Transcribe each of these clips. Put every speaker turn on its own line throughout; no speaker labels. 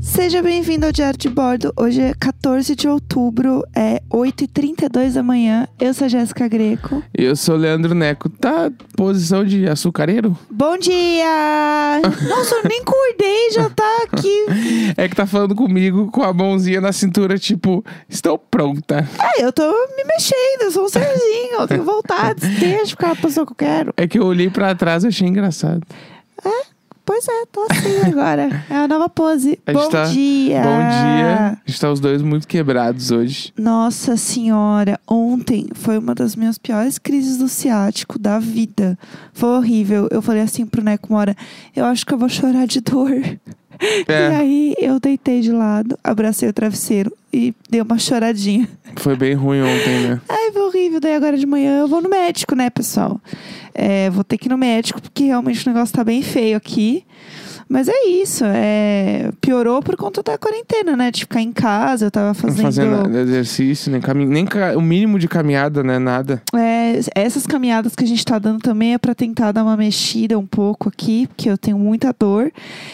Seja bem-vindo ao Diário de Bordo. Hoje é 14 de outubro, é 8h32 da manhã. Eu sou a Jéssica Greco.
E Eu sou o Leandro Neco. Tá posição de açucareiro?
Bom dia! Nossa, eu nem acordei, já tá aqui.
É que tá falando comigo com a mãozinha na cintura, tipo, estou pronta.
Ah, eu tô me mexendo, eu sou um serzinho, eu tenho vontade, deixa eu ficar a pessoa que eu quero.
É que eu olhei pra trás e achei engraçado.
Pois é, tô assim agora. É a nova pose.
A gente
Bom
tá-
dia!
Bom dia. A gente tá os dois muito quebrados hoje.
Nossa senhora, ontem foi uma das minhas piores crises do ciático da vida. Foi horrível. Eu falei assim pro Neco Mora, eu acho que eu vou chorar de dor. E
É,
aí eu deitei de lado, abracei o travesseiro e dei uma choradinha.
foi bem ruim ontem, né?
Ai, foi horrível. Daí agora de manhã eu vou no médico, né, pessoal? É, vou ter que ir no médico, porque realmente o negócio tá bem feio aqui. Mas é isso, é... piorou por conta da quarentena, né? De ficar em casa, eu tava
Não
fazendo...
fazendo nada, exercício, nem, camin... nem ca- o mínimo de caminhada, né? Nada.
É, essas caminhadas que a gente tá dando também é pra tentar dar uma mexida um pouco aqui, porque eu tenho muita dor.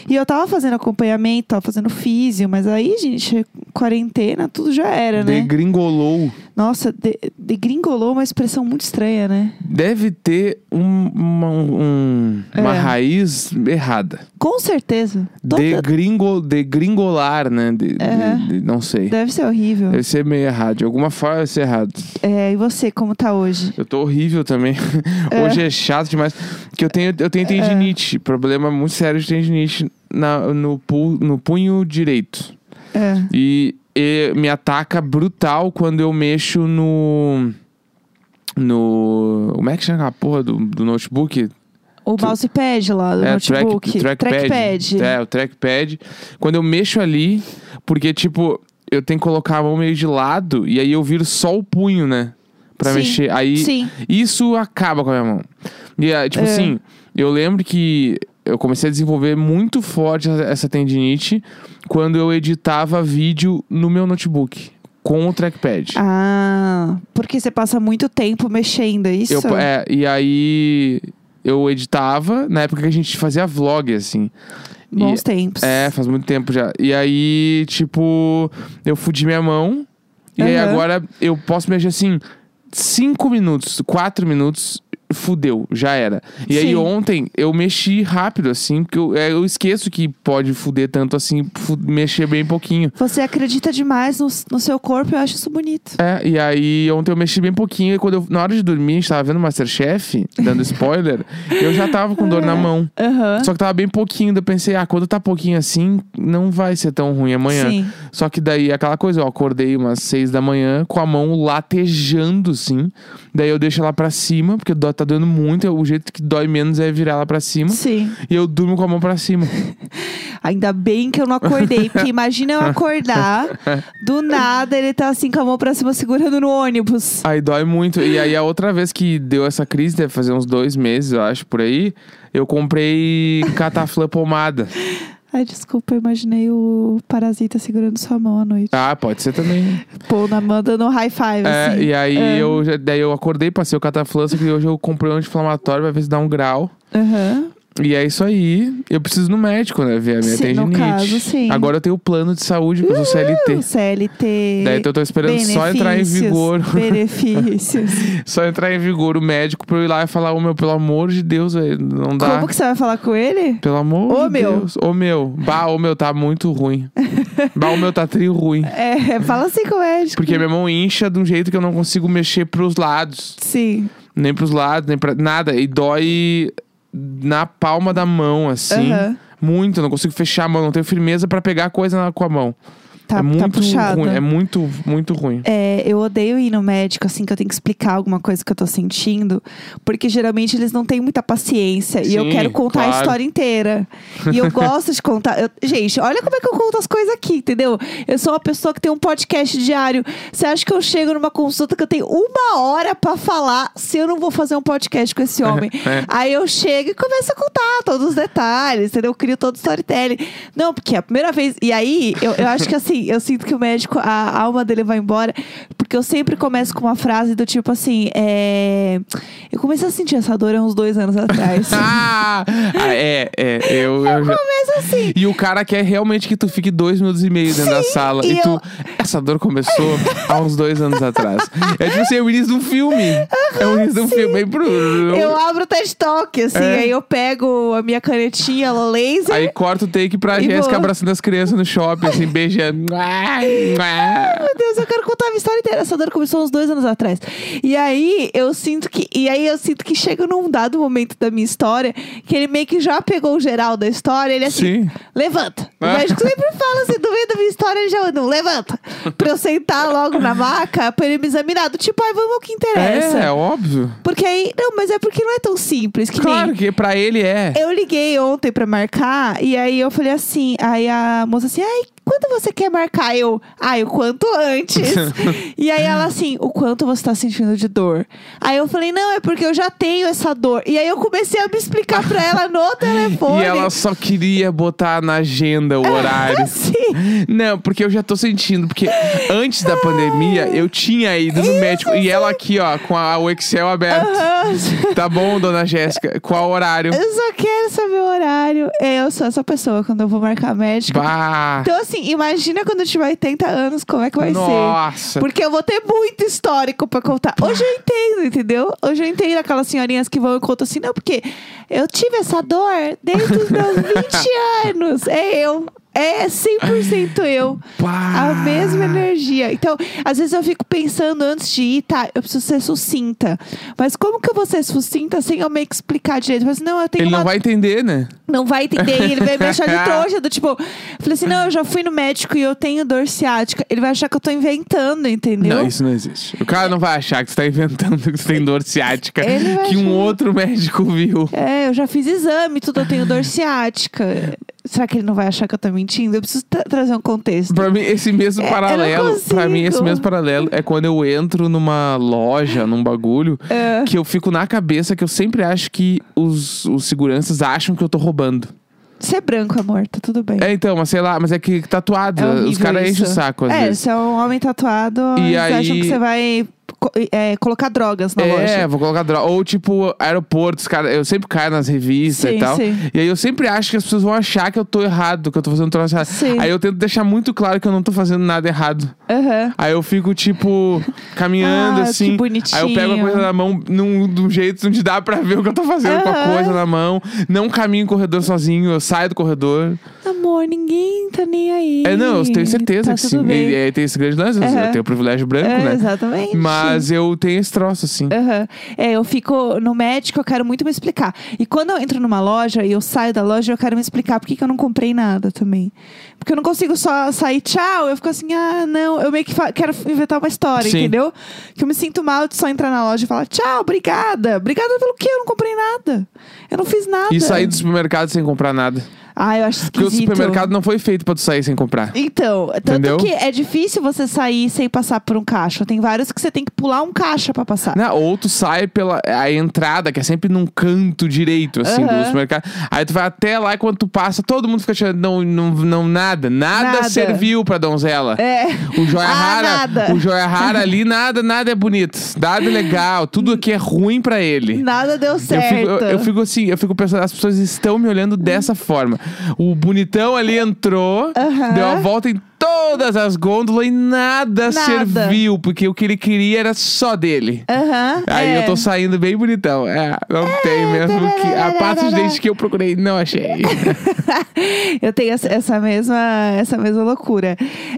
E eu tava fazendo acompanhamento, tava fazendo físio, mas aí, gente, quarentena, tudo já era, né?
Degringolou.
Nossa, de- degringolou uma expressão muito estranha, né?
Deve ter um- uma, um- uma
É.
raiz errada.
Com certeza. Toda- É.
Degringo, degringolar, né? De- de- de- não sei.
Deve ser horrível.
Deve ser meio errado. De alguma forma deve ser errado.
É, e você, como tá hoje?
Eu tô horrível também. Hoje é chato demais. Que eu tenho, eu tenho tendinite. Problema muito sério de tendinite na, no, pu, no punho direito.
É.
E, e me ataca brutal quando eu mexo no... No... Como é que chama aquela porra do, do notebook?
O mousepad lá do
é,
notebook.
track- trackpad. É, o trackpad. Quando eu mexo ali... Porque, tipo... Eu tenho que colocar a mão meio de lado. E aí eu viro só o punho, né? Pra
Sim.
mexer. Aí...
Sim.
Isso acaba com a minha mão. E, ah, tipo
É.
assim, eu lembro que eu comecei a desenvolver muito forte essa- essa tendinite quando eu editava vídeo no meu notebook com o trackpad.
Ah, porque você passa muito tempo mexendo, é isso?
Eu- é, e aí eu editava na época que a gente fazia vlog, assim.
Bons tempos.
É, faz muito tempo já. E aí, tipo, eu fudi minha mão. E aí
Aham.
agora eu posso mexer assim, cinco minutos, quatro minutos, fudeu, já era. E aí
Sim.
ontem eu mexi rápido, assim, porque eu, é, eu esqueço que pode fuder tanto assim, fu- mexer bem pouquinho.
Você acredita demais no, no seu corpo, eu acho isso bonito.
É, e aí ontem eu mexi bem pouquinho, e quando eu, na hora de dormir, a gente tava vendo Masterchef, dando spoiler, eu já tava com dor na
É.
mão.
Aham.
Só que tava bem pouquinho, daí eu pensei, ah, quando tá pouquinho assim, não vai ser tão ruim amanhã.
Sim.
Só que daí é aquela coisa, eu acordei umas seis da manhã com a mão latejando, sim. Daí eu deixo ela pra cima, porque dó- tá doendo muito. O jeito que dói menos é virar ela pra cima.
Sim.
E eu durmo com a mão pra cima.
Ainda bem que eu não acordei, porque imagina eu acordar, do nada ele tá assim com a mão pra cima segurando no ônibus.
Aí dói muito. E aí a outra vez que deu essa crise, deve fazer uns dois meses, eu acho, por aí. Eu comprei cataflã pomada.
Ai, desculpa, eu imaginei o parasita segurando sua mão à noite.
Ah, pode ser também.
Pô, na mandando um high five,
É,
assim.
e aí
É.
eu, já- daí eu acordei, passei o cataflã, só que hoje eu comprei um anti-inflamatório pra ver se dá um grau.
Aham.
E é isso aí. Eu preciso ir no médico, né? Ver a minha
Sim, no
tendinite.
caso, sim.
Agora eu tenho plano de saúde, porque eu sou
O
CLT.
CLT.
Daí então eu tô esperando só entrar em
benefícios,
vigor.
Benefícios.
Só entrar em vigor o médico pra eu ir lá e falar, ô meu, pelo amor de Deus, velho, não dá.
Como que você vai falar com ele?
Pelo amor
Ô,
de
meu.
Deus. Ô meu. Bah, ô meu, tá muito ruim. bah, ô meu, tá tri ruim.
É, fala assim com o médico.
Porque minha mão incha de um jeito que eu não consigo mexer pros lados.
Sim.
Nem pros lados, nem pra. Nada. E dói na palma da mão, assim.
Aham.
Muito, eu não consigo fechar a mão, não tenho firmeza pra pegar coisa na- com a mão.
Tá,
é
tá
muito
puxado.
ruim, é muito, muito ruim.
É, eu odeio ir no médico, assim, que eu tenho que explicar alguma coisa que eu tô sentindo, porque geralmente eles não têm muita paciência e eu
Sim,
quero contar a
claro.
história inteira. E eu gosto de contar. eu- gente, olha como é que eu conto as coisas aqui, entendeu? Eu sou uma pessoa que tem um podcast diário. Você acha que eu chego numa consulta que eu tenho uma hora pra falar se eu não vou fazer um podcast com esse homem? Aí eu chego e começo a contar todos os detalhes, entendeu? Eu crio todo o storytelling. Não, porque é a primeira vez. E aí, eu, eu acho que assim. assim, eu sinto que o médico, a alma dele vai embora, porque eu sempre começo com uma frase do tipo assim: é... Eu comecei a sentir essa dor há uns dois anos atrás.
Ah, é, é, eu, eu já-
Começa assim.
E o cara quer realmente que tu fique dois minutos e meio dentro da sala.
e
E, tu.
eu-
Essa dor começou há uns dois anos atrás. É tipo assim, é o início de um filme. é o início de um filme. Bem pro...
Eu abro o TED Talk, assim,
É.
aí eu pego a minha canetinha ela laser.
Aí corta o take pra
E
Jéssica
vou.
abraçando as crianças no shopping, assim, beijando.
Meu Deus, eu quero contar a minha história inteira. Essa dor começou uns dois anos atrás. E aí eu sinto que. E aí eu sinto que chega num dado momento da minha história que ele meio que já pegou o geral da história. Ele assim,
Sim.
levanta. O
Ah.
médico sempre fala assim, do meio da minha história, ele já não, levanta. Pra eu sentar logo na maca, pra ele me examinar. Do tipo, ai, vamos ao que interessa.
É, óbvio.
Porque aí. Não, mas é porque não é tão simples. Que nem-
Claro que pra ele é.
eu liguei ontem pra marcar e aí eu falei assim, aí a moça assim, ai, quando você quer marcar? Eu, ai, o quanto antes. e aí ela assim, o quanto você tá sentindo de dor? Aí eu falei, não, é porque eu já tenho essa dor. E aí eu comecei a me explicar pra ela no telefone.
E ela só queria botar na agenda o horário.
Sim.
Não, porque eu já tô sentindo. Porque antes da pandemia, eu tinha ido no médico. E ela aqui, ó, com a- o Excel aberto.
Aham.
Tá bom, dona Jéssica? Qual horário?
Eu só quero saber o horário. É, Eu sou essa pessoa quando eu vou marcar médico.
Bah!
Então, assim, imagina quando eu tiver 80 anos, como é que vai ser?
Nossa!
Porque eu vou ter muito histórico pra contar. Hoje eu entendo, entendeu? Hoje eu entendo aquelas senhorinhas que vão e contam assim, não, porque eu tive essa dor desde os meus 20 anos. É eu. É 100% eu.
Pá.
A mesma energia. Então, às vezes eu fico pensando antes de ir, tá? Eu preciso ser sucinta. Mas como que eu vou ser sucinta sem eu me explicar direito? Mas não, eu tenho
Ele
uma
não vai entender, né?
não vai entender. e Ele vai me achar de trouxa. Do tipo, falei assim: não, eu já fui no médico e eu tenho dor ciática. Ele vai achar que eu tô inventando, entendeu?
Não, isso não existe. O cara não vai achar que você tá inventando que você tem dor ciática
Ele vai
que um
achar.
outro médico viu.
É, eu já fiz exame, tudo, eu tenho dor ciática. Será que ele não vai achar que eu tô mentindo? Eu preciso tra- trazer um contexto.
Pra mim, esse mesmo
É, eu não
paralelo. Pra mim, esse
consigo.
mesmo paralelo é quando eu entro numa loja, num bagulho,
É.
que eu fico na cabeça que eu sempre acho que os, os seguranças acham que eu tô roubando.
Você é branco, amor, tá tudo bem.
É, então, mas sei lá, mas é que tatuado.
É
os
horrível
caras
isso.
enchem o saco, às
é,
vezes.
se é um homem tatuado,
E
eles
aí-
acham que você vai co- é, colocar drogas na
é,
loja.
vou colocar droga. Ou tipo, aeroportos, cara. Eu sempre caio nas revistas
Sim,
e tal.
sim.
E aí eu sempre acho que as pessoas vão achar que eu tô errado, que eu tô fazendo troço errado.
Sim.
Aí eu tento deixar muito claro que eu não tô fazendo nada errado.
Aham.
Aí eu fico, tipo, caminhando
Ah, que
assim.
bonitinho.
Aí eu pego a coisa na mão num, de um jeito onde dá pra ver o que eu tô fazendo com a
Aham.
coisa na mão. Não caminho o corredor sozinho, eu saio do corredor.
Amor, ninguém tá nem aí.
É, não, eu tenho certeza
Tá
que
tudo
sim.
bem.
E- e tem esse grande lance,
Aham.
eu tenho o privilégio branco,
É,
né?
Exatamente.
Mas eu tenho esse troço, assim.
Aham. É, eu fico no médico, eu quero muito me explicar. E quando eu entro numa loja e eu saio da loja, eu quero me explicar por que, que eu não comprei nada também. Porque eu não consigo só sair, tchau. Eu fico assim, ah, não. Eu meio que fa- quero inventar uma história,
Sim.
entendeu? Que eu me sinto mal de só entrar na loja e falar, tchau, obrigada. Obrigada pelo quê? Eu não comprei nada. Eu não fiz nada.
E sair do supermercado sem comprar nada.
Ah, eu acho
Porque
esquisito.
o supermercado não foi feito pra tu sair sem comprar.
Então, tanto
Entendeu?
que é difícil você sair sem passar por um caixa. Tem vários que você tem que pular um caixa pra passar.
Não, Né? ou tu sai pela a entrada, que é sempre num canto direito, assim,
Aham.
do supermercado. Aí tu vai até lá e quando tu passa, todo mundo fica achando, não, não, não nada, nada,
Nada.
serviu pra donzela.
É.
O joia
Ah,
rara,
nada.
o joia rara ali, nada, nada é bonito, nada é legal, tudo aqui é ruim pra ele.
Nada deu
Eu
é certo.
fico, eu, eu fico assim, eu fico pensando, as pessoas estão me olhando dessa forma. O bonitão ali entrou,
Aham.
deu a volta em todas as gôndolas e nada,
Nada.
serviu, porque o que ele queria era só dele.
Aham.
Aí
é.
eu tô saindo bem bonitão. É, não tem mesmo que. A pasta de dente que eu procurei, não achei.
Eu tenho essa- essa mesma, essa mesma loucura.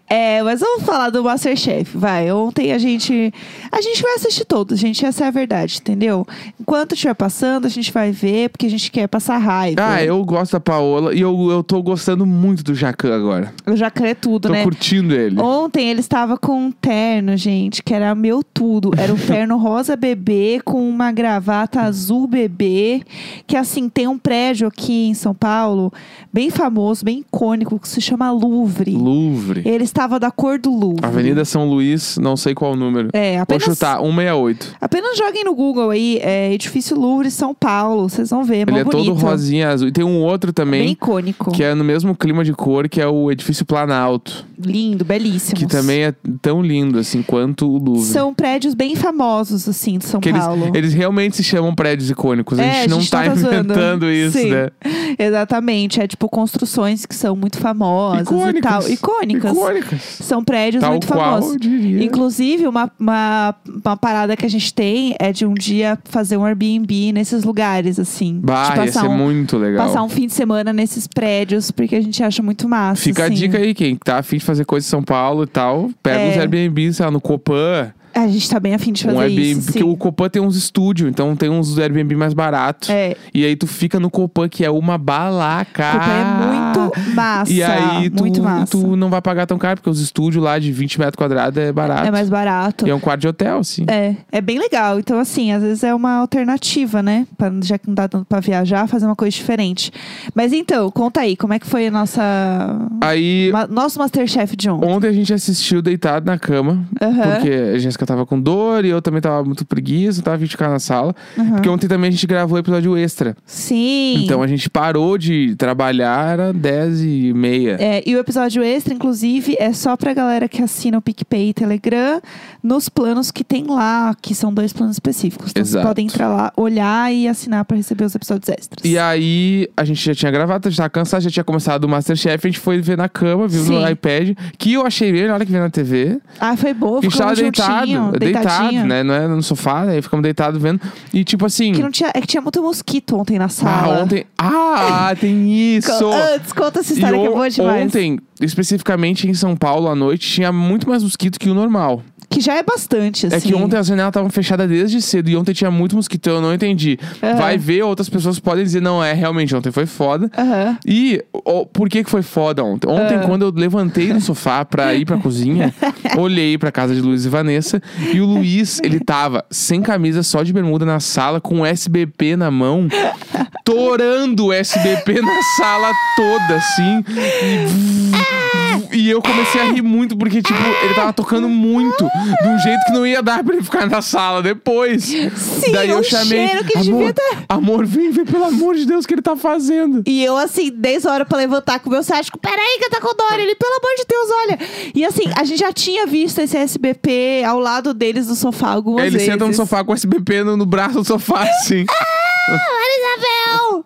É, mas vamos falar do Masterchef, vai. Ontem a gente. A gente vai assistir todos, gente. Essa é a verdade, entendeu? Enquanto estiver passando, a gente vai ver, porque a gente quer passar raiva.
ah, eu gosto da Paola e eu, eu tô gostando muito do Jacan agora.
O Jacan é tudo,
Tô
né?
curtindo ele.
Ontem ele estava com um terno, gente, que era meu tudo. Era um terno rosa bebê com uma gravata azul bebê. Que assim, tem um prédio aqui em São Paulo, bem famoso, bem icônico, que se chama Louvre.
Louvre.
Ele estava da cor do Louvre.
Avenida São Luís, não sei qual o número.
É,
Vou
apenas,
chutar, 168.
apenas joguem no Google aí, é, Edifício Louvre, São Paulo. Vocês vão ver, é mó
ele é
bonito.
todo rosinha azul. E tem um outro
Bem
também,
icônico.
que é no mesmo clima de cor, que é o Edifício Planalto.
Lindo, belíssimo.
Que também é tão lindo, assim, quanto o Louvre.
São prédios bem famosos, assim, de São
que eles,
Paulo.
eles realmente se chamam prédios icônicos.
É,
a gente não tá,
zoando.
inventando isso,
Sim,
né?
Exatamente. É tipo construções que são muito famosas e tal. Icônicas.
Icônicas.
São prédios
Tal
muito
qual,
famosos.
eu diria.
Inclusive, uma, uma, uma parada que a gente tem é de um dia fazer um Airbnb nesses lugares, assim.
Bah,
de
ia
passar
ser
um,
muito legal.
passar um fim de semana nesses prédios, porque a gente acha muito massa.
Fica
assim.
a dica aí, quem tá afim de fazer coisa em São Paulo e tal, pega
É.
uns Airbnb, sei lá, no Copan.
A gente tá bem afim de fazer
Um Airbnb,
isso.
porque
sim.
o Copan tem uns estúdios, então tem uns Airbnb mais baratos.
É,
E aí tu fica no Copan, que é uma balaca.
Copan é muito massa.
Ah, E aí tu,
muito massa.
tu não vai pagar tão caro, porque os estúdios lá de 20 metros quadrados é barato.
É mais barato.
E é um quarto de hotel, sim.
É, é bem legal. Então, assim, às vezes é uma alternativa, né? Pra, já que não tá dando pra viajar, fazer uma coisa diferente. Mas então, conta aí, como é que foi a nossa.
Aí,
ma- nosso Masterchef de ontem?
ontem a gente assistiu deitado na cama,
Aham.
porque a Jéssica tava com dor e eu também tava muito preguiça, tava afim de ficar na sala.
Aham.
Porque ontem também a gente gravou episódio extra.
Sim.
Então a gente parou de trabalhar, era 10 e meia.
É, e o episódio extra, inclusive, é só pra galera que assina o PicPay e Telegram nos planos que tem lá, que são dois planos específicos. Então,
Exato.
Você pode entrar lá, olhar e assinar pra receber os episódios extras.
E aí, a gente já tinha gravado, a gente tava cansado, já tinha começado o Masterchef, a gente foi ver na cama, viu no
Sim.
iPad, que eu achei bem na hora que veio na TV.
Ah, foi boa,
que a gente tava
ficamos juntinho,
deitado, deitado,
deitadinho.
né? Não é no sofá, né? Aí ficamos deitados vendo. E tipo assim.
Que não tinha, é que tinha muito mosquito ontem na
ah,
sala. Ah,
ontem. Ah, tem isso!
Co- Antes, conta essa história
e
que é
on-
boa demais.
ontem, especificamente em São Paulo à noite, tinha muito mais mosquito que o normal.
Que já é bastante, assim.
É que ontem as janelas estavam fechadas desde cedo e ontem tinha muito mosquito, eu não entendi.
Aham.
Vai ver, outras pessoas podem dizer, não, é, realmente, ontem foi foda.
Aham. Ah.
E ó, por que que foi foda ontem? Ontem, quando eu levantei do sofá pra ir pra cozinha, olhei pra casa de Luiz e Vanessa e o Luiz, ele tava sem camisa, só de bermuda na sala, com o SBP na mão, torando o SBP na sala toda, assim. E, e eu comecei a rir muito, porque, tipo, ele tava tocando muito, de um jeito que não ia dar pra ele ficar na sala depois.
Sim,
Daí eu
um
chamei.
cheiro que devia
amor,
tá...
amor, vem ver, pelo amor de Deus, o que ele tá fazendo.
E eu, assim, 10 horas pra levantar com o meu sático. Peraí, que eu tô com dor. Ele, pelo amor de Deus, olha. E assim, a gente já tinha visto esse SBP ao lado deles no sofá algumas
É, ele
vezes.
senta no sofá com o SBP no, no braço do sofá, assim.
Ah, Isabel!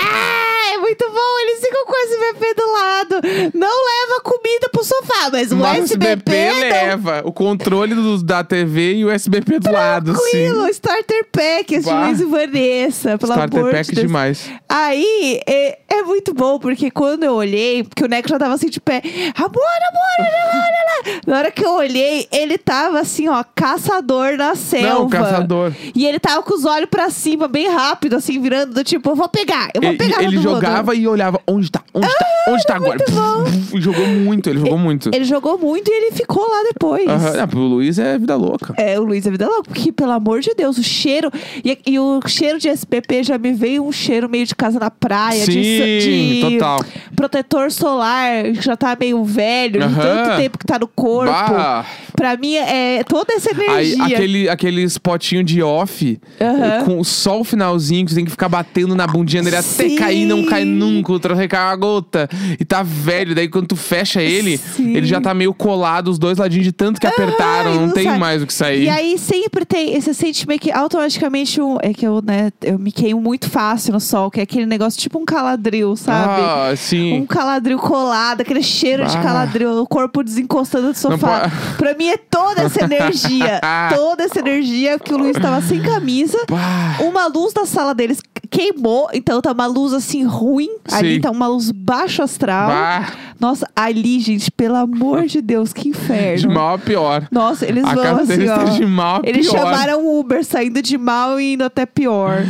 ah, é muito bom. Eles ficam com o SBP do lado. Não leva comida pro sofá, mas o
Mas o
SBP,
SBP
não
leva o controle do- da TV e o SBP do lado, assim.
então? Tranquilo, Starter Pack, esse de
Bah.
Luiz e Vanessa, pelo
Starter
amor
Pack
de Deus.
demais.
Aí, é, é muito bom, porque quando eu olhei, porque o Neco já tava assim de pé, amor, amor, olha lá, olha lá. Na hora que eu olhei, ele tava assim, ó, caçador na selva.
Não, caçador.
E ele tava com os olhos pra cima, bem rápido, assim, virando, do tipo, eu vou pegar, eu vou
Ele,
pegar todo
ele
mundo.
jogava e olhava, onde tá? Onde tá? Onde tá agora?
muito bom.
E jogou muito, ele jogou muito.
Ele jogou muito e ele ficou lá depois.
Aham, é, pro Luiz é vida louca.
É, o Luiz é vida louca, porque, pelo amor de Deus, o cheiro. E, e o cheiro de SPP já me veio um cheiro meio de casa na praia, de sa-
Sim,
de,
total.
protetor solar, que já tá meio velho, de
Aham.
tanto tempo que tá no corpo.
Bah.
Pra mim, é toda essa
Aí,
energia.
aquele, aquele spotinho de off,
Aham.
com só o finalzinho, que você tem que ficar batendo na bundinha dele até
Sim.
cair, não cai nunca, outra vez cai uma gota. E tá velho, daí quando tu fecha ele,
Sim.
ele já tá meio colado, os dois ladinhos de tanto que apertaram,
e
não,
não
tem
sai.
mais o que sair.
E aí sempre tem, você sente meio que automaticamente um. É que eu, né, eu me queimo muito fácil no sol, que é aquele negócio tipo um caladril, sabe?
Ah, sim.
Um caladril colado, aquele cheiro de
Bah.
caladril, o corpo desencostando do sofá.
pode-
Pra mim é toda essa energia.
Ah.
toda essa energia que o Luiz tava sem camisa.
Pá.
Uma luz da sala deles queimou, então tá uma luz assim ruim.
Sim.
Ali tá uma luz baixo astral.
Bah.
Nossa, ali, gente, pelo amor de Deus, que inferno.
De mal a pior.
Nossa, eles
a
vão
casa
assim,
deles
ó.
tá de mal a
Eles
pior.
chamaram o Uber, saindo de mal e indo até pior.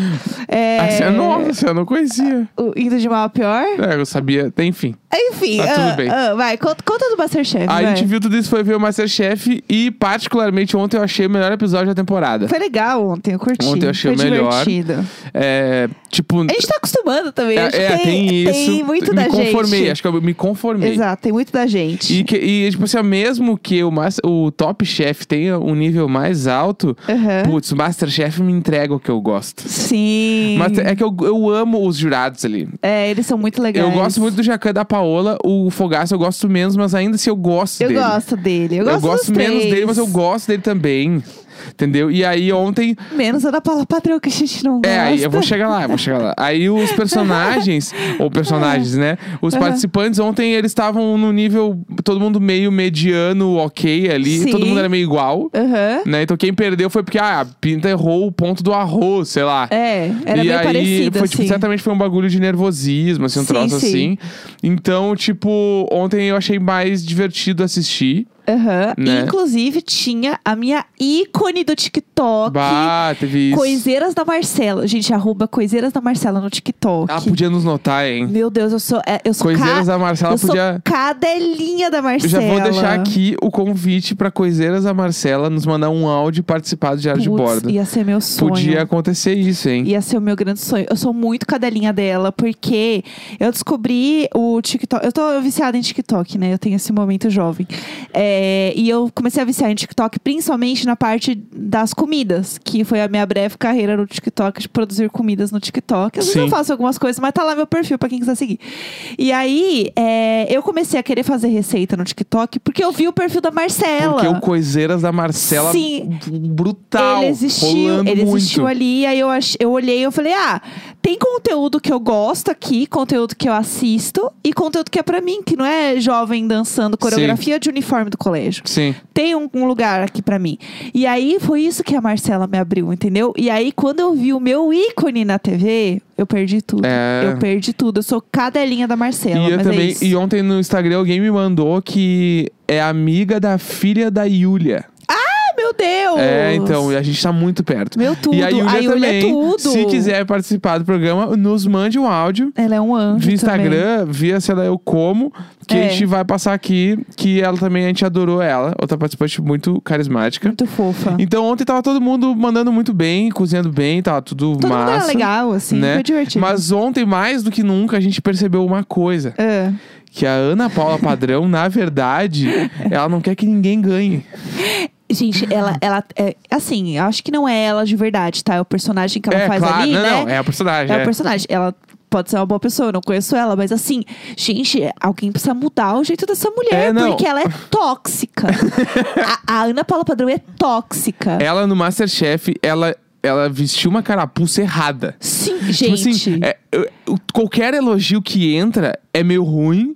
É,
Essa é nova, essa eu não conhecia.
o- Indo de mal a pior?
É, eu sabia, enfim.
Enfim,
Tá tudo
ah,
bem.
ah, vai, conta, conta do Masterchef.
Aí a
vai.
gente viu tudo isso, foi ver o Masterchef e, particularmente, ontem eu achei o melhor episódio da temporada.
Foi legal ontem, eu curti.
Ontem eu achei
Foi
o melhor.
divertido.
É, tipo,
A gente tá reclamando também. Acho que
é, tem isso.
Tem muito
me
da
conformei,
gente.
acho que eu me conformei.
Exato, tem muito da gente.
E, que- e, tipo assim, ó, mesmo que o, mas, o Top Chef tenha um nível mais alto,
Aham.
putz, o Masterchef me entrega o que eu gosto.
Sim.
Mas é que eu, eu amo os jurados ali.
É, eles são muito legais.
Eu gosto muito do Jacan da Paola, o Fogaço eu gosto menos, mas ainda assim eu gosto
Eu
dele.
gosto dele. Eu
Eu
gosto,
gosto,
dos
menos
três.
dele, mas eu gosto dele também. Entendeu? E aí ontem.
Menos a da Paula Padrão, que a gente não gosta.
É, aí eu vou chegar lá, eu vou chegar lá. Aí os personagens, ou personagens, né? Os
Aham.
participantes ontem eles estavam no nível, todo mundo meio mediano, ok ali,
Sim.
todo mundo era meio igual.
Aham.
Né? Então quem perdeu foi porque ah, a Pinta errou o ponto do arroz, sei lá.
É, era
e
bem
aí,
parecido,
foi,
assim.
tipo, certamente foi um bagulho de nervosismo, assim, um
Sim,
troço
sim.
assim. Então, tipo, ontem eu achei mais divertido assistir.
Aham.
né?
Inclusive, tinha a minha ícone do TikTok.
Bah, teve isso.
Coiseiras da Marcela. Gente, arroba Coiseiras da Marcela no TikTok.
Ela Ah, podia nos notar, hein?
Meu Deus, eu sou. é, Eu sou
Coiseiras
ca...
da Marcela
eu
podia.
sou cadelinha da
Eu
Marcela.
já vou deixar aqui o convite pra Coiseiras da Marcela nos mandar um áudio e participar do Diário de
Putz,
Bordo.
Ia ser meu sonho.
Podia acontecer isso, hein?
Ia ser o meu grande sonho. Eu sou muito cadelinha dela, porque eu descobri o TikTok. Eu tô viciada em TikTok, né? Eu tenho esse momento jovem. É, e eu comecei a viciar em TikTok, principalmente na parte das comidas, que foi a minha breve carreira no TikTok, de produzir comidas no TikTok. Às vezes
Sim.
eu faço algumas coisas, mas tá lá meu perfil pra quem quiser seguir. E aí, é, eu comecei a querer fazer receita no TikTok, porque eu vi o perfil da Marcela.
Porque o Coiseiras da Marcela
Sim.
brutal.
Ele existiu,
rolando
ele
muito.
existiu ali, aí eu, ach, eu olhei e eu falei, ah, tem conteúdo que eu gosto aqui, conteúdo que eu assisto e conteúdo que é pra mim, que não é jovem dançando coreografia de uniforme do colégio.
Sim.
Tem um, um lugar aqui pra mim. E aí foi isso que a Marcela me abriu, entendeu? E aí quando eu vi o meu ícone na TV, eu perdi tudo.
É.
Eu perdi tudo. Eu sou cadelinha da Marcela,
E, eu
mas é
também,
isso.
e ontem no Instagram alguém me mandou que é amiga da filha da Yulia.
Ah, meu Deus!
É, então, e a gente tá muito perto.
Meu tudo.
E a Yulia
A Yulia é
também,
tudo.
se quiser participar do programa, nos mande um áudio.
Ela é um anjo
Via
também.
Instagram, via, sei lá, eu como, que
É.
a gente vai passar aqui, que ela também, a gente adorou ela. Outra participante muito carismática.
Muito fofa.
Então ontem tava todo mundo mandando muito bem, cozinhando bem, tava tudo
Todo
massa.
mundo era legal, assim,
né?
foi divertido.
Mas ontem, mais do que nunca, a gente percebeu uma coisa.
É.
que a Ana Paula Padrão, na verdade, ela não quer que ninguém ganhe.
Gente, ela, ela é, assim, eu acho que não é ela de verdade, tá? É o personagem que ela
é,
faz
claro,
ali,
não,
né?
não, é a personagem.
o personagem. Ela pode ser uma boa pessoa, eu não conheço ela, mas assim, gente, alguém precisa mudar o jeito dessa mulher,
É, não.
porque ela é tóxica. a, a Ana Paula Padrão é tóxica.
Ela no Masterchef, ela, ela vestiu uma carapuça errada.
Sim, gente.
Tipo assim, é, eu- eu- qualquer elogio que entra é meio ruim.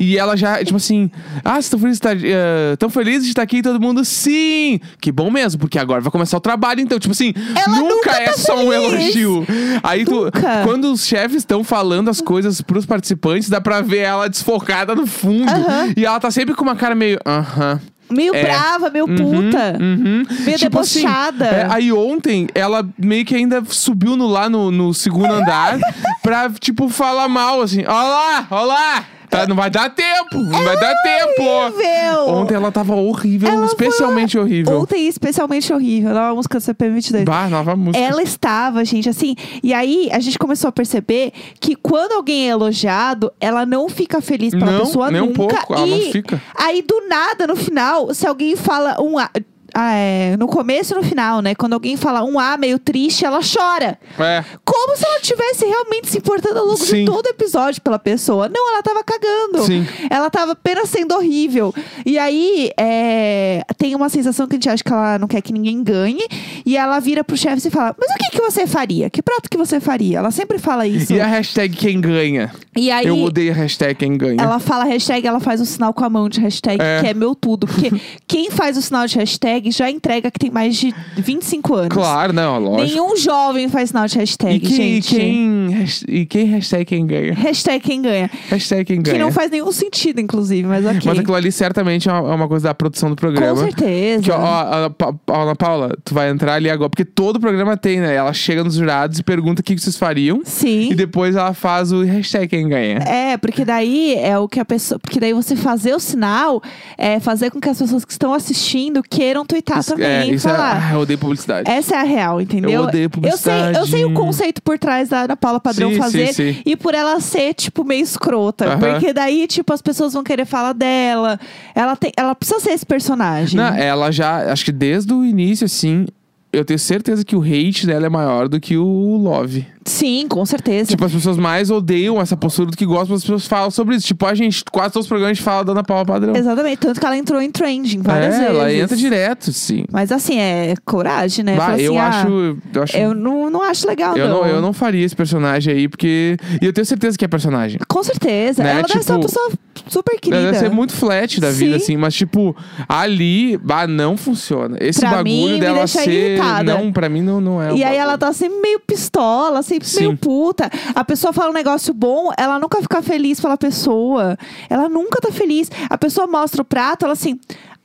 E ela já, tipo assim, ah, vocês estão felizes de estar, eh, tão felizes de estar aqui? E todo mundo, sim! Que bom mesmo, porque agora vai começar o trabalho. Então, tipo assim,
Ela nunca
é
tá
só um
feliz.
elogio. Aí tu-
Nunca.
quando os chefes estão falando as coisas pros participantes, dá pra ver ela desfocada no fundo.
Aham.
E ela tá sempre com uma cara meio, aham.
meio
é.
brava, meio puta.
Uhum.
Meio
Tipo assim,
debochada.
é, aí ontem, ela meio que ainda subiu no, lá no, no segundo andar pra, tipo, falar mal, assim. Ó lá, ó lá. Tá, não vai dar tempo, não vai dar tempo.
é horrível.
é, Ontem ela tava horrível,
Ela
especialmente horrível.
Ontem, especialmente horrível. Ela é uma música do CPM22.
Bah, nova música.
Ela é estava, gente, assim. E aí a gente começou a perceber que quando alguém é elogiado, ela não fica feliz pela
Não,
pessoa
nem um
nunca.
pouco, ela
e
não fica.
Aí do nada, no final, se alguém fala um A. ah, é, no começo e no final, né? Quando alguém fala um A meio triste, ela chora.
É.
Como se ela tivesse realmente se importando ao longo
Sim.
de todo o episódio pela pessoa. Não, ela tava cagando.
Sim.
Ela tava apenas sendo horrível. E aí, é, tem uma sensação que a gente acha que ela não quer que ninguém ganhe. E ela vira pro chefe e fala: Mas o que, que você faria? Que prato que você faria? Ela sempre fala isso.
E a hashtag quem ganha?
E aí.
Eu odeio a hashtag quem ganha.
Ela fala hashtag, ela faz o sinal com a mão de hashtag,
É.
que é meu tudo. Porque quem faz o sinal de hashtag já entrega que tem mais de 25 anos.
Claro, não, lógico.
Nenhum jovem faz sinal de hashtag,
e, quem, e
gente.
quem, has- e quem hashtag quem ganha?
Hashtag quem ganha.
Hashtag quem
Que
ganha.
não faz nenhum sentido, inclusive, mas ok.
Mas aquilo ali certamente é uma, é uma coisa da produção do programa.
Com certeza.
Que, ó, ó, Ana Pa- Ana Paula, tu vai entrar ali agora, porque todo programa tem, né? Ela chega nos jurados e pergunta o que que vocês fariam.
Sim.
E depois ela faz o hashtag quem ganha.
É, porque daí é o que a pessoa. Porque daí você fazer o sinal é fazer com que as pessoas que estão assistindo queiram tuitar também.
é,
e
isso é,
falar.
ah, eu odeio publicidade.
Essa é a real, entendeu?
Eu odeio
Eu sei, eu sei o
publicidade.
conceito por trás da Ana Paula Padrão
Sim, sim,
fazer
sim.
e por ela ser, tipo, meio escrota.
Aham.
Porque daí, tipo, as pessoas vão querer falar dela. Ela, tem, ela precisa ser esse personagem.
Não, é ela já, acho que desde o início, assim, eu tenho certeza que o hate dela é maior do que o love.
Sim, com certeza.
Tipo, as pessoas mais odeiam essa postura do que gostam, mas as pessoas falam sobre isso. Tipo, a gente, quase todos os programas a gente fala da Ana Paula Padrão.
Exatamente. Tanto que ela entrou em trending várias
é,
vezes.
ela entra direto, sim.
Mas assim, é coragem, né?
Bah,
Fala assim,
eu,
ah,
acho, eu acho.
Eu não, não acho legal,
eu
Ah, não.
não, eu não faria esse personagem aí, porque. E eu tenho certeza que é personagem.
Com certeza.
Né,
Ela deve ser uma
tipo,
pessoa super
Ela
querida.
Deve ser muito flat da vida,
Sim.
assim, mas, tipo, ali, bah, não funciona. Esse
Pra mim,
bagulho
me
dela
deixa
ser.
irritada.
Não, pra mim não, não é. um
E aí
bagulho.
ela tá sempre meio pistola, sempre
Sim.
meio puta. A pessoa fala um negócio bom, ela nunca fica feliz pela pessoa. Ela nunca tá feliz. A pessoa mostra o prato, ela assim.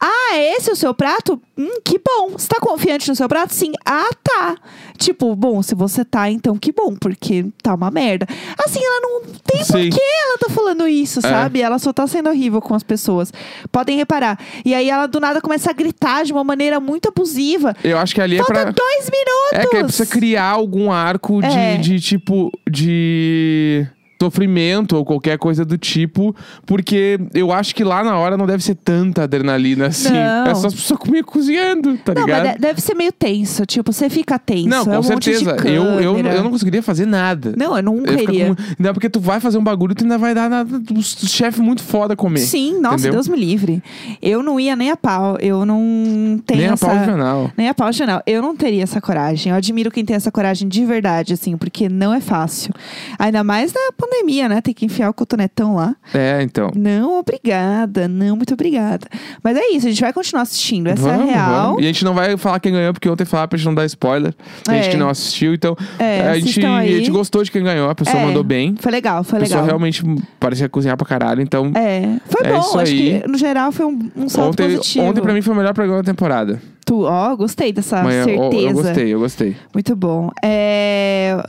Ah, esse é o seu prato? Hum, que bom. Você tá confiante no seu prato? Sim. Ah, tá. Tipo, bom, se você tá, então que bom, porque tá uma merda. Assim, ela não tem
Sim. É.
porquê ela tá falando isso, sabe? Ela só tá sendo horrível com as pessoas. Podem reparar. E aí ela do nada começa a gritar de uma maneira muito abusiva.
Eu acho que ali é
Falta
pra.
dois
É
minutos!
que aí precisa criar algum arco de,
É.
de, tipo de sofrimento ou qualquer coisa do tipo, porque eu acho que lá na hora não deve ser tanta adrenalina assim.
Não.
É só as pessoas comigo cozinhando, tá
Não,
ligado?
mas de- deve ser meio tenso. Tipo, você fica tenso. é
não, com
um
certeza.
Monte de
eu, eu,
câmera.
eu não conseguiria fazer nada.
Não, eu não
Eu ia ficar
queria.
com- Ainda porque tu vai fazer um bagulho, tu ainda vai dar nada. O chefe muito foda comer.
Sim, nossa,
entendeu?
Deus me livre. Eu não ia nem a pau. Eu não tenho
Nem
essa...
a pau de jornal.
Nem a pau de jornal. Eu não teria essa coragem. Eu admiro quem tem essa coragem de verdade, assim, porque não é fácil. Ainda mais na pandemia, né? Tem que enfiar o cotonetão lá.
É, então.
Não, obrigada. Não, muito obrigada. Mas é isso, a gente vai continuar assistindo. Essa é a
Vamos,
real.
vamos. E a gente não vai falar quem ganhou, porque ontem falava pra gente não dar spoiler. A gente
É.
que não assistiu, então.
É,
a, gente,
assistam
a
aí.
gente gostou de quem ganhou, a pessoa
É,
mandou bem.
Foi legal, foi
A pessoa
legal.
realmente parecia cozinhar pra caralho, então.
É, foi
É
bom.
isso
Acho
aí.
que, no geral, foi um, um salto
Ontem,
positivo.
ontem, pra mim, foi o melhor programa da temporada.
Tu, ó, gostei dessa
Mas eu-
certeza.
eu, gostei, eu gostei.
Muito bom. É...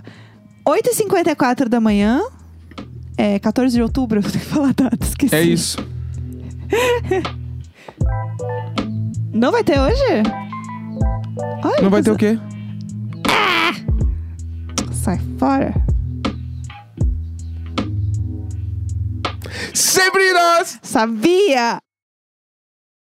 8h54 da manhã. É 14 de outubro, eu vou ter que falar a data, esqueci.
É isso.
Não vai ter hoje? Olha,
Não vai ter
coisa-
o quê?
Sai fora.
Sempre nós!
Sabia!